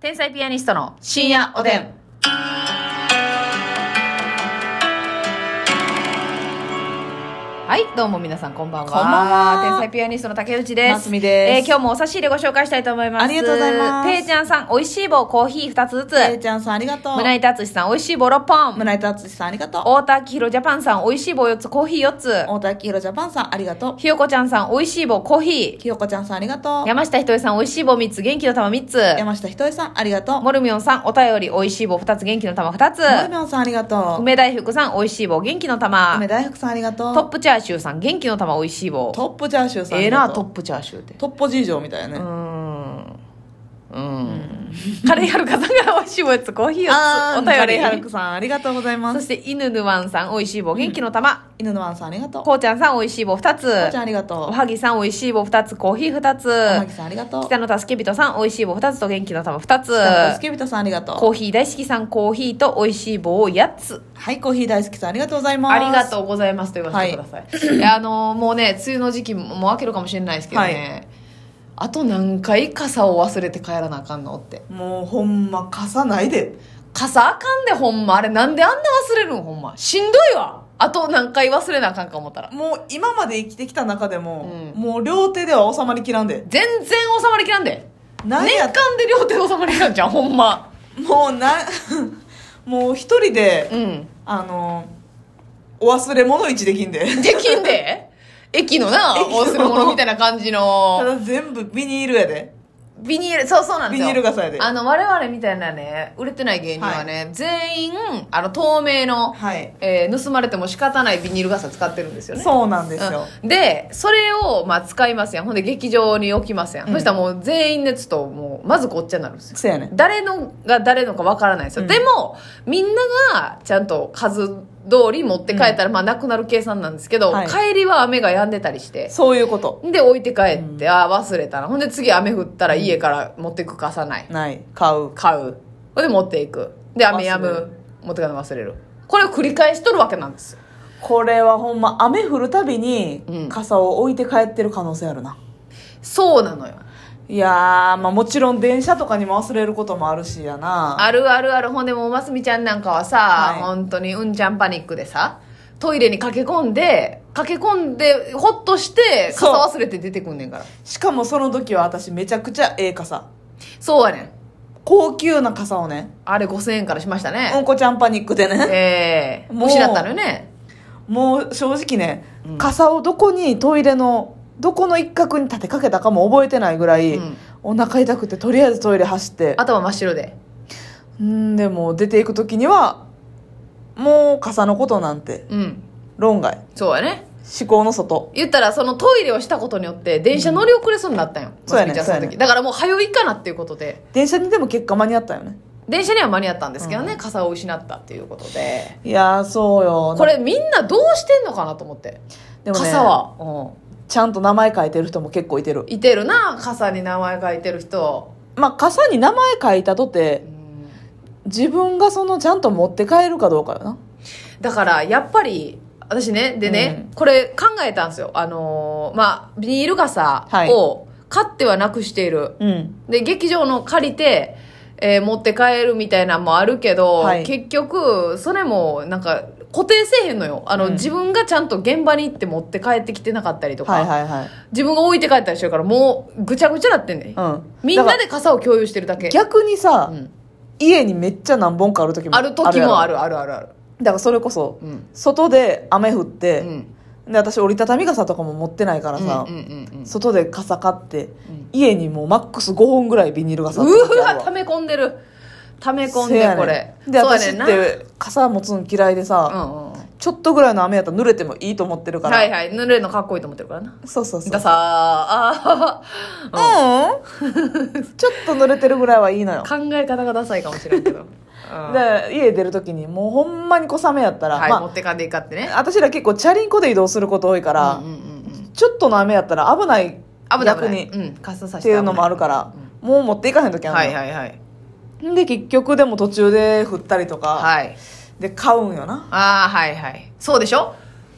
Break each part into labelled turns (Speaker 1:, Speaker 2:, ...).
Speaker 1: 天才ピアニストの
Speaker 2: 深夜おでん。
Speaker 1: はいどうも皆さんこんばんは
Speaker 2: こんばんは
Speaker 1: 天才ピアニストの竹内です
Speaker 2: ますみで
Speaker 1: え
Speaker 2: す
Speaker 1: ー今日もお差し入れご紹介したいと思います
Speaker 2: ありがとうございます
Speaker 1: ペイちゃんさん美味しい棒コーヒー2つずつ
Speaker 2: えいちゃんさんありがとう。
Speaker 1: 胸
Speaker 2: 井
Speaker 1: 板敦さん美味しい棒6本
Speaker 2: 村井達さんありがとう。
Speaker 1: 太田明宏ジャパンさん美味しい棒4つコーヒー4つ
Speaker 2: 大田黄ろジャパンさんありがとう。
Speaker 1: ひよこちゃんさん美味しい棒コーヒ
Speaker 2: ひよこちゃんさんありがと
Speaker 1: ー
Speaker 2: う。
Speaker 1: 山下ひとりさん美味しい棒3つ元気の玉3つ
Speaker 2: 山下ひとえさんありがとう。モ
Speaker 1: モルミョンさんお便り美味しい棒2つ元気の玉2つ
Speaker 2: ルミョンさんありがとう。
Speaker 1: 梅大福さん美味しい棒元気の玉
Speaker 2: 梅大福さんありがとう。
Speaker 1: トップチャーシューさん元気の玉美味しい棒
Speaker 2: トップチャーシューさんあ
Speaker 1: ええ
Speaker 2: り
Speaker 1: な
Speaker 2: が
Speaker 1: トッ
Speaker 2: とう。
Speaker 1: プチャーシューって
Speaker 2: トッポ事情みたいな
Speaker 1: う
Speaker 2: ね。
Speaker 1: んうんカレーはるかさんが美味しい棒やつコーヒー
Speaker 2: あ
Speaker 1: をお
Speaker 2: ー、
Speaker 1: 便
Speaker 2: カ
Speaker 1: り
Speaker 2: レーハルクさんありがとうございま
Speaker 1: そ
Speaker 2: す。
Speaker 1: して犬ぬわんさん美味しい棒元気の玉
Speaker 2: 犬のワンさんありがとう。こ
Speaker 1: こうちゃんさん美味しい棒2
Speaker 2: うちゃん
Speaker 1: つ
Speaker 2: ありがとう。
Speaker 1: お
Speaker 2: お
Speaker 1: はぎさん美味しい棒2つコーヒー2
Speaker 2: はぎ
Speaker 1: つ
Speaker 2: さんありがとう。
Speaker 1: 北野助人さん美味しい棒2つと元気の玉2
Speaker 2: ス
Speaker 1: つ
Speaker 2: ケビタさんありがと
Speaker 1: コ
Speaker 2: う。
Speaker 1: ーヒー大好きさんコーヒーと美味しい棒を8つ
Speaker 2: はい、コーヒー大好きさんありがとうございます。
Speaker 1: ありがとうございますと言わせてください、いやあのーもうね梅雨の時期ももう明けるかもしれないですけどね、
Speaker 2: はい
Speaker 1: あと何回傘を忘れて帰らなあかんのって
Speaker 2: もうほんま、傘ないで。
Speaker 1: 傘あかんでほんまあれなんであんな忘れるんほんましんどいわあと何回忘れなあかんか思ったら
Speaker 2: もう今まで生きてきた中でも、
Speaker 1: う
Speaker 2: もう両手では収まりきらんで。
Speaker 1: 全然収まりきらんで
Speaker 2: なん
Speaker 1: 年
Speaker 2: や
Speaker 1: 間で両手で収まりきらんじゃんほんま
Speaker 2: もうな、 もう一人で、
Speaker 1: うん
Speaker 2: あの、お忘れ物市できんで。
Speaker 1: できん で駅のな
Speaker 2: 駅の
Speaker 1: 忘れ物みたいな感じ
Speaker 2: た
Speaker 1: の
Speaker 2: だ全部ビニールやで。
Speaker 1: ビニールそうそうなんですよ
Speaker 2: ビニール傘やで
Speaker 1: あの我々みたいなね売れてない芸人はね、全員あの透明の、
Speaker 2: はい。
Speaker 1: えー盗まれても仕方ないビニール傘使ってるんですよね
Speaker 2: そうなんですよ。
Speaker 1: うんでそれをまあ使いますやんほんで劇場に置きますやん、
Speaker 2: うん
Speaker 1: そしたらもう全員ねちょっともうまずこっちゃになるんですよ
Speaker 2: そうやね。
Speaker 1: 誰のが誰のかわからないんですよ、
Speaker 2: うん
Speaker 1: でもみんながちゃんと数通り持って帰ったら、まあなくなる計算なんですけど、
Speaker 2: はい
Speaker 1: 帰りは雨が止んでたりして
Speaker 2: そういうこと。
Speaker 1: で置いて帰って、ああ忘れたなほんで次雨降ったら家から持ってく傘ない
Speaker 2: ない。買う。
Speaker 1: 買うほんで持っていくで雨止
Speaker 2: 忘れる
Speaker 1: む持ってかの忘れるこれを繰り返しとるわけなんですよ
Speaker 2: これはほんま、雨降るたびに
Speaker 1: うん、
Speaker 2: 傘を置いて帰ってる可能性あるな。
Speaker 1: そうなのよ
Speaker 2: いやー、まあもちろん電車とかにも忘れることもあるしやな。
Speaker 1: あるあるあるほんでもうますみちゃんなんかはさ、
Speaker 2: はい
Speaker 1: 本当にうんちゃんパニックでさトイレに駆け込んで駆け込んでホッとして
Speaker 2: そう
Speaker 1: 傘忘れて出てくんねんから
Speaker 2: しかもその時は私めちゃくちゃええ傘。
Speaker 1: そうやねん
Speaker 2: 高級な傘をね、
Speaker 1: あれ5000円からしました
Speaker 2: う
Speaker 1: ね、
Speaker 2: んこちゃんパニックでね。
Speaker 1: ええ
Speaker 2: もう
Speaker 1: 失ったのよね
Speaker 2: もう正直ね、傘をどこにトイレのどこの一角に立てかけたかも覚えてないぐらい、
Speaker 1: うん
Speaker 2: お腹痛くてとりあえずトイレ走って
Speaker 1: 頭真っ白で
Speaker 2: うんでも出ていく時にはもう傘のことなんて
Speaker 1: うん
Speaker 2: 論外
Speaker 1: そうやね
Speaker 2: 思考の外
Speaker 1: 言ったらそのトイレをしたことによって電車乗り遅れそうになったんよ、
Speaker 2: そうやね
Speaker 1: ますみちゃんその
Speaker 2: そうや
Speaker 1: 時
Speaker 2: ね
Speaker 1: だからもう早いかなっていうことで
Speaker 2: 電車にでも結果間に合ったよね
Speaker 1: 電車には間に合ったんですけどね、傘を失ったっていうことで
Speaker 2: いやーそうよ
Speaker 1: これみんなどうしてんのかなと思って、
Speaker 2: でもね
Speaker 1: 傘は、うん
Speaker 2: ちゃんと名前書いてる人も結構いてる
Speaker 1: いてるな傘に名前書いてる人
Speaker 2: まあ傘に名前書いたとて自分がそのちゃんと持って帰るかどうかよな
Speaker 1: だからやっぱり私ねでね、これ考えたんですよあのーまあビニール傘を買ってはなくしている、
Speaker 2: うん
Speaker 1: で劇場の借りて、えー持って帰るみたいなのもあるけど、
Speaker 2: はい
Speaker 1: 結局それもなんか固定せえへんのよあの、
Speaker 2: うん
Speaker 1: 自分がちゃんと現場に行って持って帰ってきてなかったりとか、
Speaker 2: はいはいはい
Speaker 1: 自分が置いて帰ったりしてるからもうぐちゃぐちゃなってんね、ん
Speaker 2: うん
Speaker 1: みん
Speaker 2: だ
Speaker 1: な
Speaker 2: か
Speaker 1: で傘を共有してるだけ
Speaker 2: ら逆にさ、
Speaker 1: うん
Speaker 2: 家にめっちゃ何本かある時も
Speaker 1: ある時もあ
Speaker 2: る
Speaker 1: るあるあるある
Speaker 2: やろだからそれこそ、
Speaker 1: うん
Speaker 2: 外で雨降っ
Speaker 1: う
Speaker 2: て、
Speaker 1: ん
Speaker 2: で私折りたたみ傘とかも持ってないからさ、
Speaker 1: うんうんうんうん
Speaker 2: 外で傘買って、
Speaker 1: ん
Speaker 2: 家にもうマックス5本ぐらいビニール
Speaker 1: う
Speaker 2: 傘
Speaker 1: わ溜め込んでる溜め込ん
Speaker 2: せ
Speaker 1: で
Speaker 2: やね
Speaker 1: これ
Speaker 2: で
Speaker 1: そうや
Speaker 2: 私
Speaker 1: ねん
Speaker 2: っ
Speaker 1: な
Speaker 2: て傘持つの嫌いで
Speaker 1: う
Speaker 2: さ、
Speaker 1: んうんうん
Speaker 2: ちょっとぐらいの雨やったら濡れてもいいと思ってるから、
Speaker 1: はいはい濡れるのかっこいいと思ってるからな
Speaker 2: そうそうそう
Speaker 1: ださああ
Speaker 2: うんちょっと濡れてるぐらいはいいのよ
Speaker 1: 考え方がダサいかもしれんけど、うん
Speaker 2: で家出る時にもうほんまに小雨やったら、
Speaker 1: はい、
Speaker 2: ま
Speaker 1: 持ってかんでいいかってね
Speaker 2: あ、 私ら結構チャリンコで移動すること多いから、
Speaker 1: うんうんうんうん
Speaker 2: ちょっとの雨やったら危ない
Speaker 1: 危ない危
Speaker 2: 逆
Speaker 1: な
Speaker 2: に
Speaker 1: い、うん、傘さ
Speaker 2: っ
Speaker 1: して
Speaker 2: いうのもあるから、もう持っていかへん時
Speaker 1: ら
Speaker 2: あるの
Speaker 1: は
Speaker 2: よ
Speaker 1: いはいはい
Speaker 2: で結局でも途中で振ったりとか、
Speaker 1: はい
Speaker 2: で買うんよな
Speaker 1: ああはいはいそうでしょ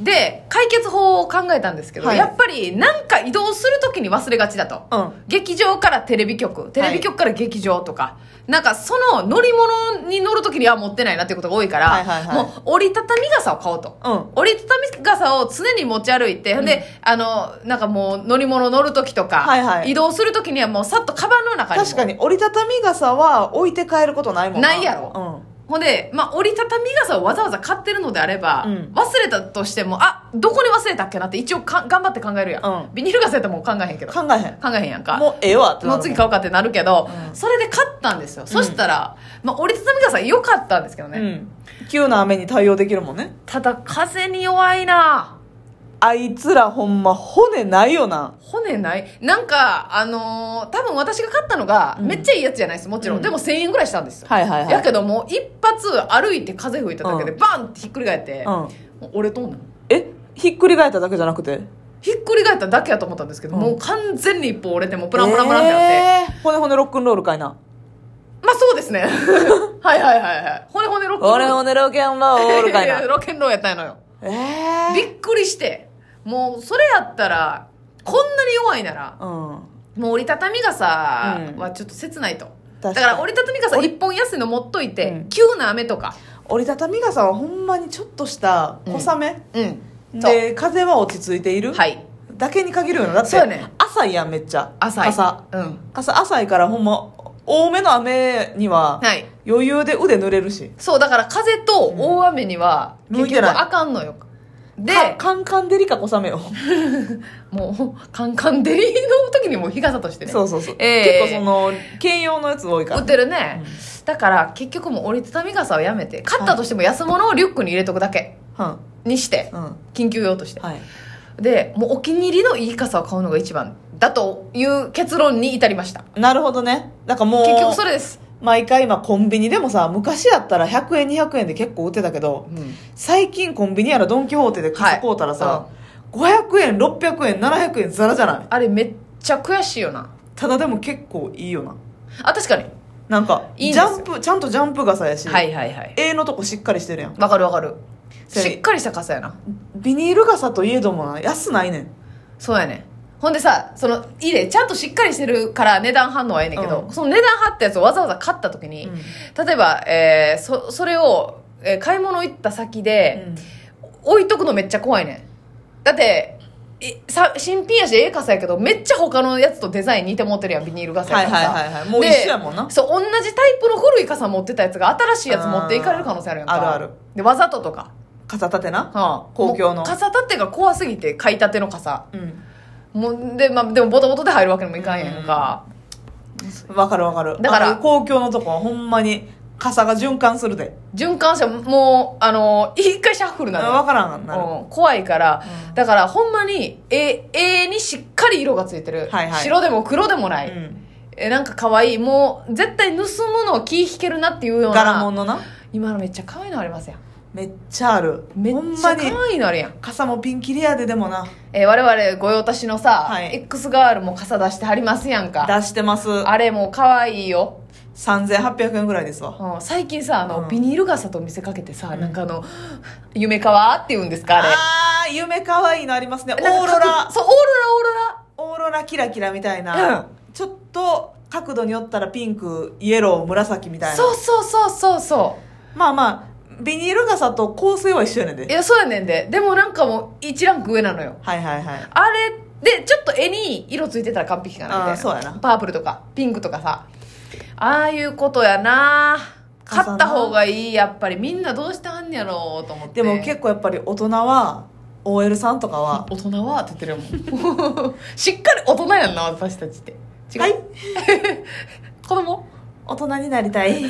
Speaker 1: で解決法を考えたんですけど、
Speaker 2: はい
Speaker 1: やっぱりなんか移動するときに忘れがちだと、
Speaker 2: うん
Speaker 1: 劇場からテレビ局テレビ局から劇場とか、なんかその乗り物に乗るときには持ってないなっていうことが多いから、
Speaker 2: はいはいはい
Speaker 1: もう折りたたみ傘を買おうと、
Speaker 2: うん
Speaker 1: 折りたたみ傘を常に持ち歩いて、であのなんかもう乗り物乗るときとか、
Speaker 2: はいはい
Speaker 1: 移動するときにはもうさっとカバンの中にも
Speaker 2: 確かに折りたたみ傘は置いて帰ることないもん
Speaker 1: ないやろほんで、まあ、折りたたみ傘をわざわざ買ってるのであれば、
Speaker 2: うん
Speaker 1: 忘れたとしてもあどこに忘れたっけなって一応か頑張って考えるやん、
Speaker 2: うん
Speaker 1: ビニール傘やったらもう考えへんけ
Speaker 2: う
Speaker 1: ど
Speaker 2: ん、
Speaker 1: 考
Speaker 2: 考えへん
Speaker 1: えへんやんかも
Speaker 2: もうええわって
Speaker 1: う
Speaker 2: なるもん
Speaker 1: 次買おうかってなるけど、
Speaker 2: うん
Speaker 1: それで買ったんですよ、そしたら、まあ、折りたたみ傘良かったんですけどね、
Speaker 2: うん急な雨に対応できるもんね
Speaker 1: ただ風に弱いな
Speaker 2: あいつらほんま骨ないよな
Speaker 1: 骨ないなんかあのー多分私が買ったのが、
Speaker 2: うん
Speaker 1: めっちゃいいやつじゃないですもちろん、
Speaker 2: うん
Speaker 1: でも1000円ぐらいしたんですよ、
Speaker 2: はいはいはい
Speaker 1: やけどもう一発歩いて風吹いただけで、
Speaker 2: うん
Speaker 1: バンってひっくり返って、
Speaker 2: うん、
Speaker 1: もう折れとんの
Speaker 2: えひっくり返っただけじゃなくて
Speaker 1: ひっくり返っただけやと思ったんですけど、
Speaker 2: うん
Speaker 1: もう完全に一歩折れてもうプランプランプランってなって、
Speaker 2: えー骨骨ロックンロールかいな
Speaker 1: まあそうですね はいはいはいはい骨骨ロックンロール
Speaker 2: 俺骨ロックンロールかい
Speaker 1: いや
Speaker 2: な
Speaker 1: ロケンロールやったんやのよ
Speaker 2: え
Speaker 1: び
Speaker 2: え
Speaker 1: っくりしてもうそれやったらこんなに弱いなら
Speaker 2: ー、うん
Speaker 1: もう折りたたみ傘
Speaker 2: うん
Speaker 1: はちょっと切ないと、だ
Speaker 2: 確かに
Speaker 1: から折りたたみ傘
Speaker 2: 折
Speaker 1: 一本安いの持っといて、
Speaker 2: うん
Speaker 1: 急な雨とか
Speaker 2: 折りたたみ傘はほんまにちょっとした小雨、
Speaker 1: うんそう
Speaker 2: で風は落ち着いている、
Speaker 1: はい
Speaker 2: だけに限るよなだって
Speaker 1: そうやね
Speaker 2: 浅いやんめっちゃ
Speaker 1: 朝
Speaker 2: 傘
Speaker 1: うん
Speaker 2: 傘浅いからほんま多めの雨には
Speaker 1: はい
Speaker 2: 余裕で腕濡れるし
Speaker 1: そうだから風と大雨には
Speaker 2: うん向
Speaker 1: 結
Speaker 2: いて
Speaker 1: 局
Speaker 2: ない
Speaker 1: あかんのよ、で
Speaker 2: かカンカンデリカ小雨を、
Speaker 1: もう、カンカンデリの時にもう日傘としてね。
Speaker 2: そうそうそう、
Speaker 1: ええ
Speaker 2: 結構その兼用のやつ多いか
Speaker 1: 売
Speaker 2: ら
Speaker 1: ってるね。だから、結局もう折りたたみ傘をやめて、買ったとしても安物をリュックに入れとくだけにして
Speaker 2: う、ん、うん、
Speaker 1: 緊急用として。
Speaker 2: はい
Speaker 1: で、もうお気に入りのいい傘を買うのが一番だという結論に至りました。
Speaker 2: なるほどねなんかもう
Speaker 1: 結局それです。
Speaker 2: 毎回今コンビニでもさ昔やったら100円200円で結構売ってたけど最近コンビニやらドン・キホーテで傘買うたらさ、500円600円700円ザラじゃない
Speaker 1: あれめっちゃ悔しいよな。
Speaker 2: ただでも結構いいよな
Speaker 1: あ、確かに。
Speaker 2: なんか
Speaker 1: いいん
Speaker 2: ジ
Speaker 1: ですよ
Speaker 2: ャンプちゃんとジャンプ傘やし、
Speaker 1: はいはいはい。
Speaker 2: A のとこしっかりしてるやん
Speaker 1: わかるわかる。
Speaker 2: そう
Speaker 1: しっかりした傘やな。
Speaker 2: ビニール傘といえどもな安ないねん
Speaker 1: そうやねほんでさそのいいでちゃんとしっかりしてるから値段反応はいいねんけど、
Speaker 2: うん
Speaker 1: その値段張ったやつをわざわざ買った時に、例えば、えーそそれを、えー買い物行った先で、置いとくのめっちゃ怖いねんだってえさ新品やしええ傘やけどめっちゃ他のやつとデザイン似て持ってるやんビニール傘
Speaker 2: は
Speaker 1: や
Speaker 2: い
Speaker 1: から
Speaker 2: はい
Speaker 1: さ
Speaker 2: はいはいもう一
Speaker 1: で
Speaker 2: 緒やもんな
Speaker 1: そう同じタイプの古い傘持ってたやつが新しいやつ持っていかれる可能性あるやんか
Speaker 2: あーあるある
Speaker 1: でわざととか、
Speaker 2: 傘立てな
Speaker 1: はあ
Speaker 2: 公共の
Speaker 1: もう傘立てが怖すぎて買い立ての傘
Speaker 2: うん
Speaker 1: もうで,、まあ、でもボトボトで入るわけにもいかんやんか、
Speaker 2: わかるわかる
Speaker 1: だから
Speaker 2: あの公共のとこはほんまに傘が循環するで
Speaker 1: 循環車もうあの一回シャッフルなのよ
Speaker 2: わからんなる
Speaker 1: うん怖いから、
Speaker 2: うん
Speaker 1: だからほんまに絵絵にしっかり色がついてる、
Speaker 2: はいはい
Speaker 1: 白でも黒でもない、
Speaker 2: うん
Speaker 1: えなんか可愛いもう絶対盗むのを気引けるなっていうよう
Speaker 2: 柄物
Speaker 1: な
Speaker 2: のな
Speaker 1: 今のめっちゃ可愛いのありますやん
Speaker 2: めっちゃある
Speaker 1: めっ
Speaker 2: ほん
Speaker 1: ちゃ
Speaker 2: まに
Speaker 1: 可愛いのあるやん、
Speaker 2: 傘もピンキリやででもな
Speaker 1: えー我々御用達のさ、
Speaker 2: はい
Speaker 1: X ガールも傘出してはりますやんか
Speaker 2: 出してます
Speaker 1: あれも可愛いよ
Speaker 2: 3800円ぐらいですわ
Speaker 1: うん最近さあの、
Speaker 2: うん
Speaker 1: ビニール傘と見せかけてさ、
Speaker 2: うん
Speaker 1: なんかあの「夢かわ」って言うんですかあれ
Speaker 2: あー夢かわいいのありますねオー
Speaker 1: なん
Speaker 2: ロ
Speaker 1: か
Speaker 2: ラ
Speaker 1: そうオーロラ
Speaker 2: オーロラキラキラみたいな、
Speaker 1: うん
Speaker 2: ちょっと角度によったらピンクイエロー紫み
Speaker 1: オーロ
Speaker 2: たい
Speaker 1: ラ
Speaker 2: な
Speaker 1: そうそうそうそうそ
Speaker 2: まあまあビニール傘と構成は一緒やねん
Speaker 1: うい
Speaker 2: で
Speaker 1: やそうやねんででもなんかもう1ランク上なのよ
Speaker 2: はいはいはい
Speaker 1: あれでちょっと絵に色ついてたら完璧かなみたいな
Speaker 2: あーそうやな
Speaker 1: パープルとかピンクとかさああいうことやな
Speaker 2: 傘
Speaker 1: 買
Speaker 2: な
Speaker 1: った方がいいやっぱりみんなどうしてはんねやろうと思って
Speaker 2: でも結構やっぱり大人は OL さんとかは
Speaker 1: 大人はって言ってるやんもん しっかり大人やんな私たちって違う、
Speaker 2: はい
Speaker 1: 子供
Speaker 2: 大人になり たい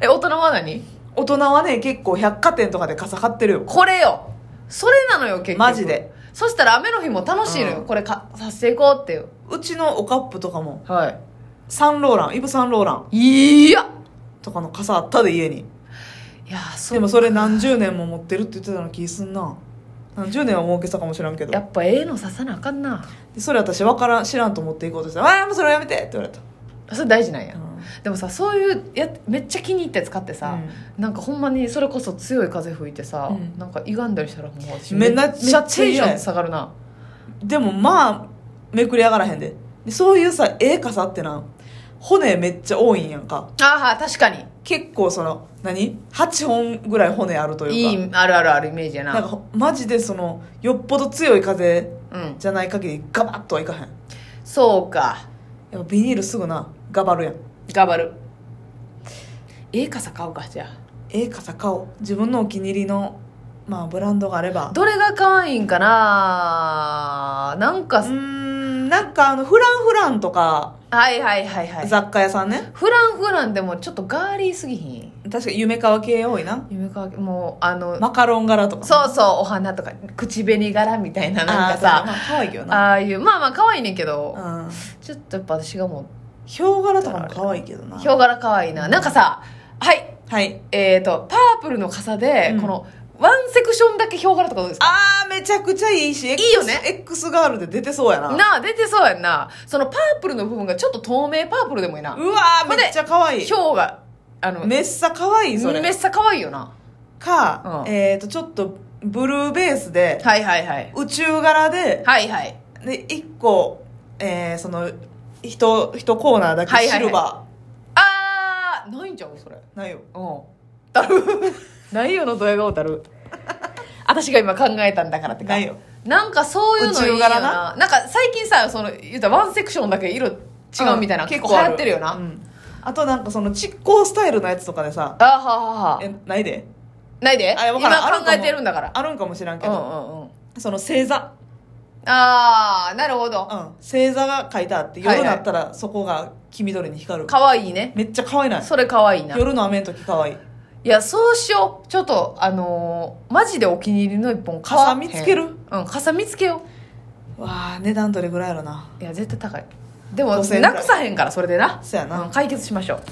Speaker 1: え大人は何
Speaker 2: 大人はね結構百貨店とかで傘買ってるよ
Speaker 1: これよそれなのよ結局
Speaker 2: マジで
Speaker 1: そしたら雨の日も楽しいのよ、
Speaker 2: うん
Speaker 1: これかさせていこうっていう
Speaker 2: うちのおカップとかも
Speaker 1: は
Speaker 2: サンローランイブ・サンローラン
Speaker 1: いいや
Speaker 2: とかの傘あったで家に
Speaker 1: いやそ
Speaker 2: で
Speaker 1: う
Speaker 2: もそれ何十年も持ってるって言ってたの気すんな何十年は儲けてたかもしらんけど
Speaker 1: やっぱええの刺さなあかんな
Speaker 2: でそれ私分からん知らんと思っていこうとしたら「ああもうそれはやめて」って言われた
Speaker 1: それ大事なんや、
Speaker 2: うん
Speaker 1: でもさそういうやめっちゃ気に入ったやつ買ってさ、なんかほんまにそれこそ強い風吹いてさ、
Speaker 2: うん
Speaker 1: なんか歪んだりしたらもう私め
Speaker 2: めっ
Speaker 1: っ
Speaker 2: な
Speaker 1: ちゃ
Speaker 2: めっちゃ
Speaker 1: テンシ
Speaker 2: 嫌
Speaker 1: ョ
Speaker 2: や
Speaker 1: ン下がるな
Speaker 2: でもまあめくり上がらへんででそういうさええ傘ってな骨めっちゃ多いんやんか
Speaker 1: ああ確かに
Speaker 2: 結構その何8本ぐらい骨あるというか
Speaker 1: いいあるあるあるイメージやな
Speaker 2: なんかほマジでそのよっぽど強い風
Speaker 1: うん、
Speaker 2: じゃない限りガバッとはいかへん
Speaker 1: そうか
Speaker 2: やっぱビニールすぐなガバるやん
Speaker 1: 頑張るええ傘買うかじゃ
Speaker 2: ええ傘買おう自分のお気に入りのまあブランドがあれば
Speaker 1: あどれが可愛いんかななんか、
Speaker 2: うーんなんかあのフランフランとか
Speaker 1: はいはいはいはい
Speaker 2: 雑貨屋さんね
Speaker 1: フランフランでもちょっとガーリーすぎひん
Speaker 2: 確か夢川系多いな
Speaker 1: 夢かもうあの、
Speaker 2: マカロン柄とか
Speaker 1: そうそうお花とか口紅柄みたいななんか
Speaker 2: あー
Speaker 1: さ
Speaker 2: まあ可愛いけど
Speaker 1: あ
Speaker 2: な
Speaker 1: あいうまあまあ可愛いねんけど、
Speaker 2: うん
Speaker 1: ちょっとやっぱ私がも
Speaker 2: ヒョウ柄とかも可愛いけどな
Speaker 1: うヒョウ柄可愛いななんかさはい
Speaker 2: はい
Speaker 1: えっ、とパープルの傘で、
Speaker 2: うん
Speaker 1: このワンセクションだけヒョウ柄とかどうですか
Speaker 2: あーめちゃくちゃいいしい
Speaker 1: いいよね
Speaker 2: X ガールで出てそうやな
Speaker 1: なあ出てそうやんなそのパープルの部分がちょっと透明パープルでもいいな
Speaker 2: うわー
Speaker 1: ほんで
Speaker 2: めっちゃ可愛い
Speaker 1: ヒョウがあのめっ
Speaker 2: めっさ可愛いそれ
Speaker 1: ちゃ可愛いよな
Speaker 2: か、
Speaker 1: うん
Speaker 2: えっ、とちょっとブルーベースで、
Speaker 1: はいはいはい
Speaker 2: 宇宙柄で
Speaker 1: はいはい
Speaker 2: で1個、えーその一一コーナーだ
Speaker 1: は
Speaker 2: け
Speaker 1: いはいは
Speaker 2: シ
Speaker 1: い
Speaker 2: ルバ
Speaker 1: あーないんちゃうそれ
Speaker 2: ーないよ
Speaker 1: うん。 たる。ないよのドヤ顔たる。私が今考えたんだからってか。
Speaker 2: ないよ。
Speaker 1: なんかそういうのいいよ
Speaker 2: 宇宙柄な
Speaker 1: な。なんか最近さ、その、言うたらワンセクションだけ色違うみたいな、
Speaker 2: ん
Speaker 1: 結構流
Speaker 2: あ
Speaker 1: 行ってるよな。
Speaker 2: うんあとなんかその蓄光スタイルのやつとかでさ
Speaker 1: あははは
Speaker 2: えないで
Speaker 1: ないで
Speaker 2: あいやわ
Speaker 1: 今
Speaker 2: からん
Speaker 1: 考えてるんだから。
Speaker 2: あるんかもしらんけ
Speaker 1: うんう
Speaker 2: ど、
Speaker 1: んうん。
Speaker 2: その星座、
Speaker 1: あー、なるほど
Speaker 2: う。ん、星座が書いてあって
Speaker 1: はいはい
Speaker 2: 夜になったらそこが黄緑に光る、
Speaker 1: かわいいね。
Speaker 2: めっちゃ可愛いない
Speaker 1: それかわいいな。い
Speaker 2: 夜の雨の時可愛い
Speaker 1: や、そうしよう。ちょっと、あのーマジでお気に入りの一本買わへん
Speaker 2: 傘見つける
Speaker 1: うん、傘見つけよ
Speaker 2: わあ値段どれぐらいやろな
Speaker 1: う。いや、絶対高い。でも、
Speaker 2: 5000円ぐらい
Speaker 1: なくさへんから、それでな。
Speaker 2: そやな、
Speaker 1: うん解決しましょう。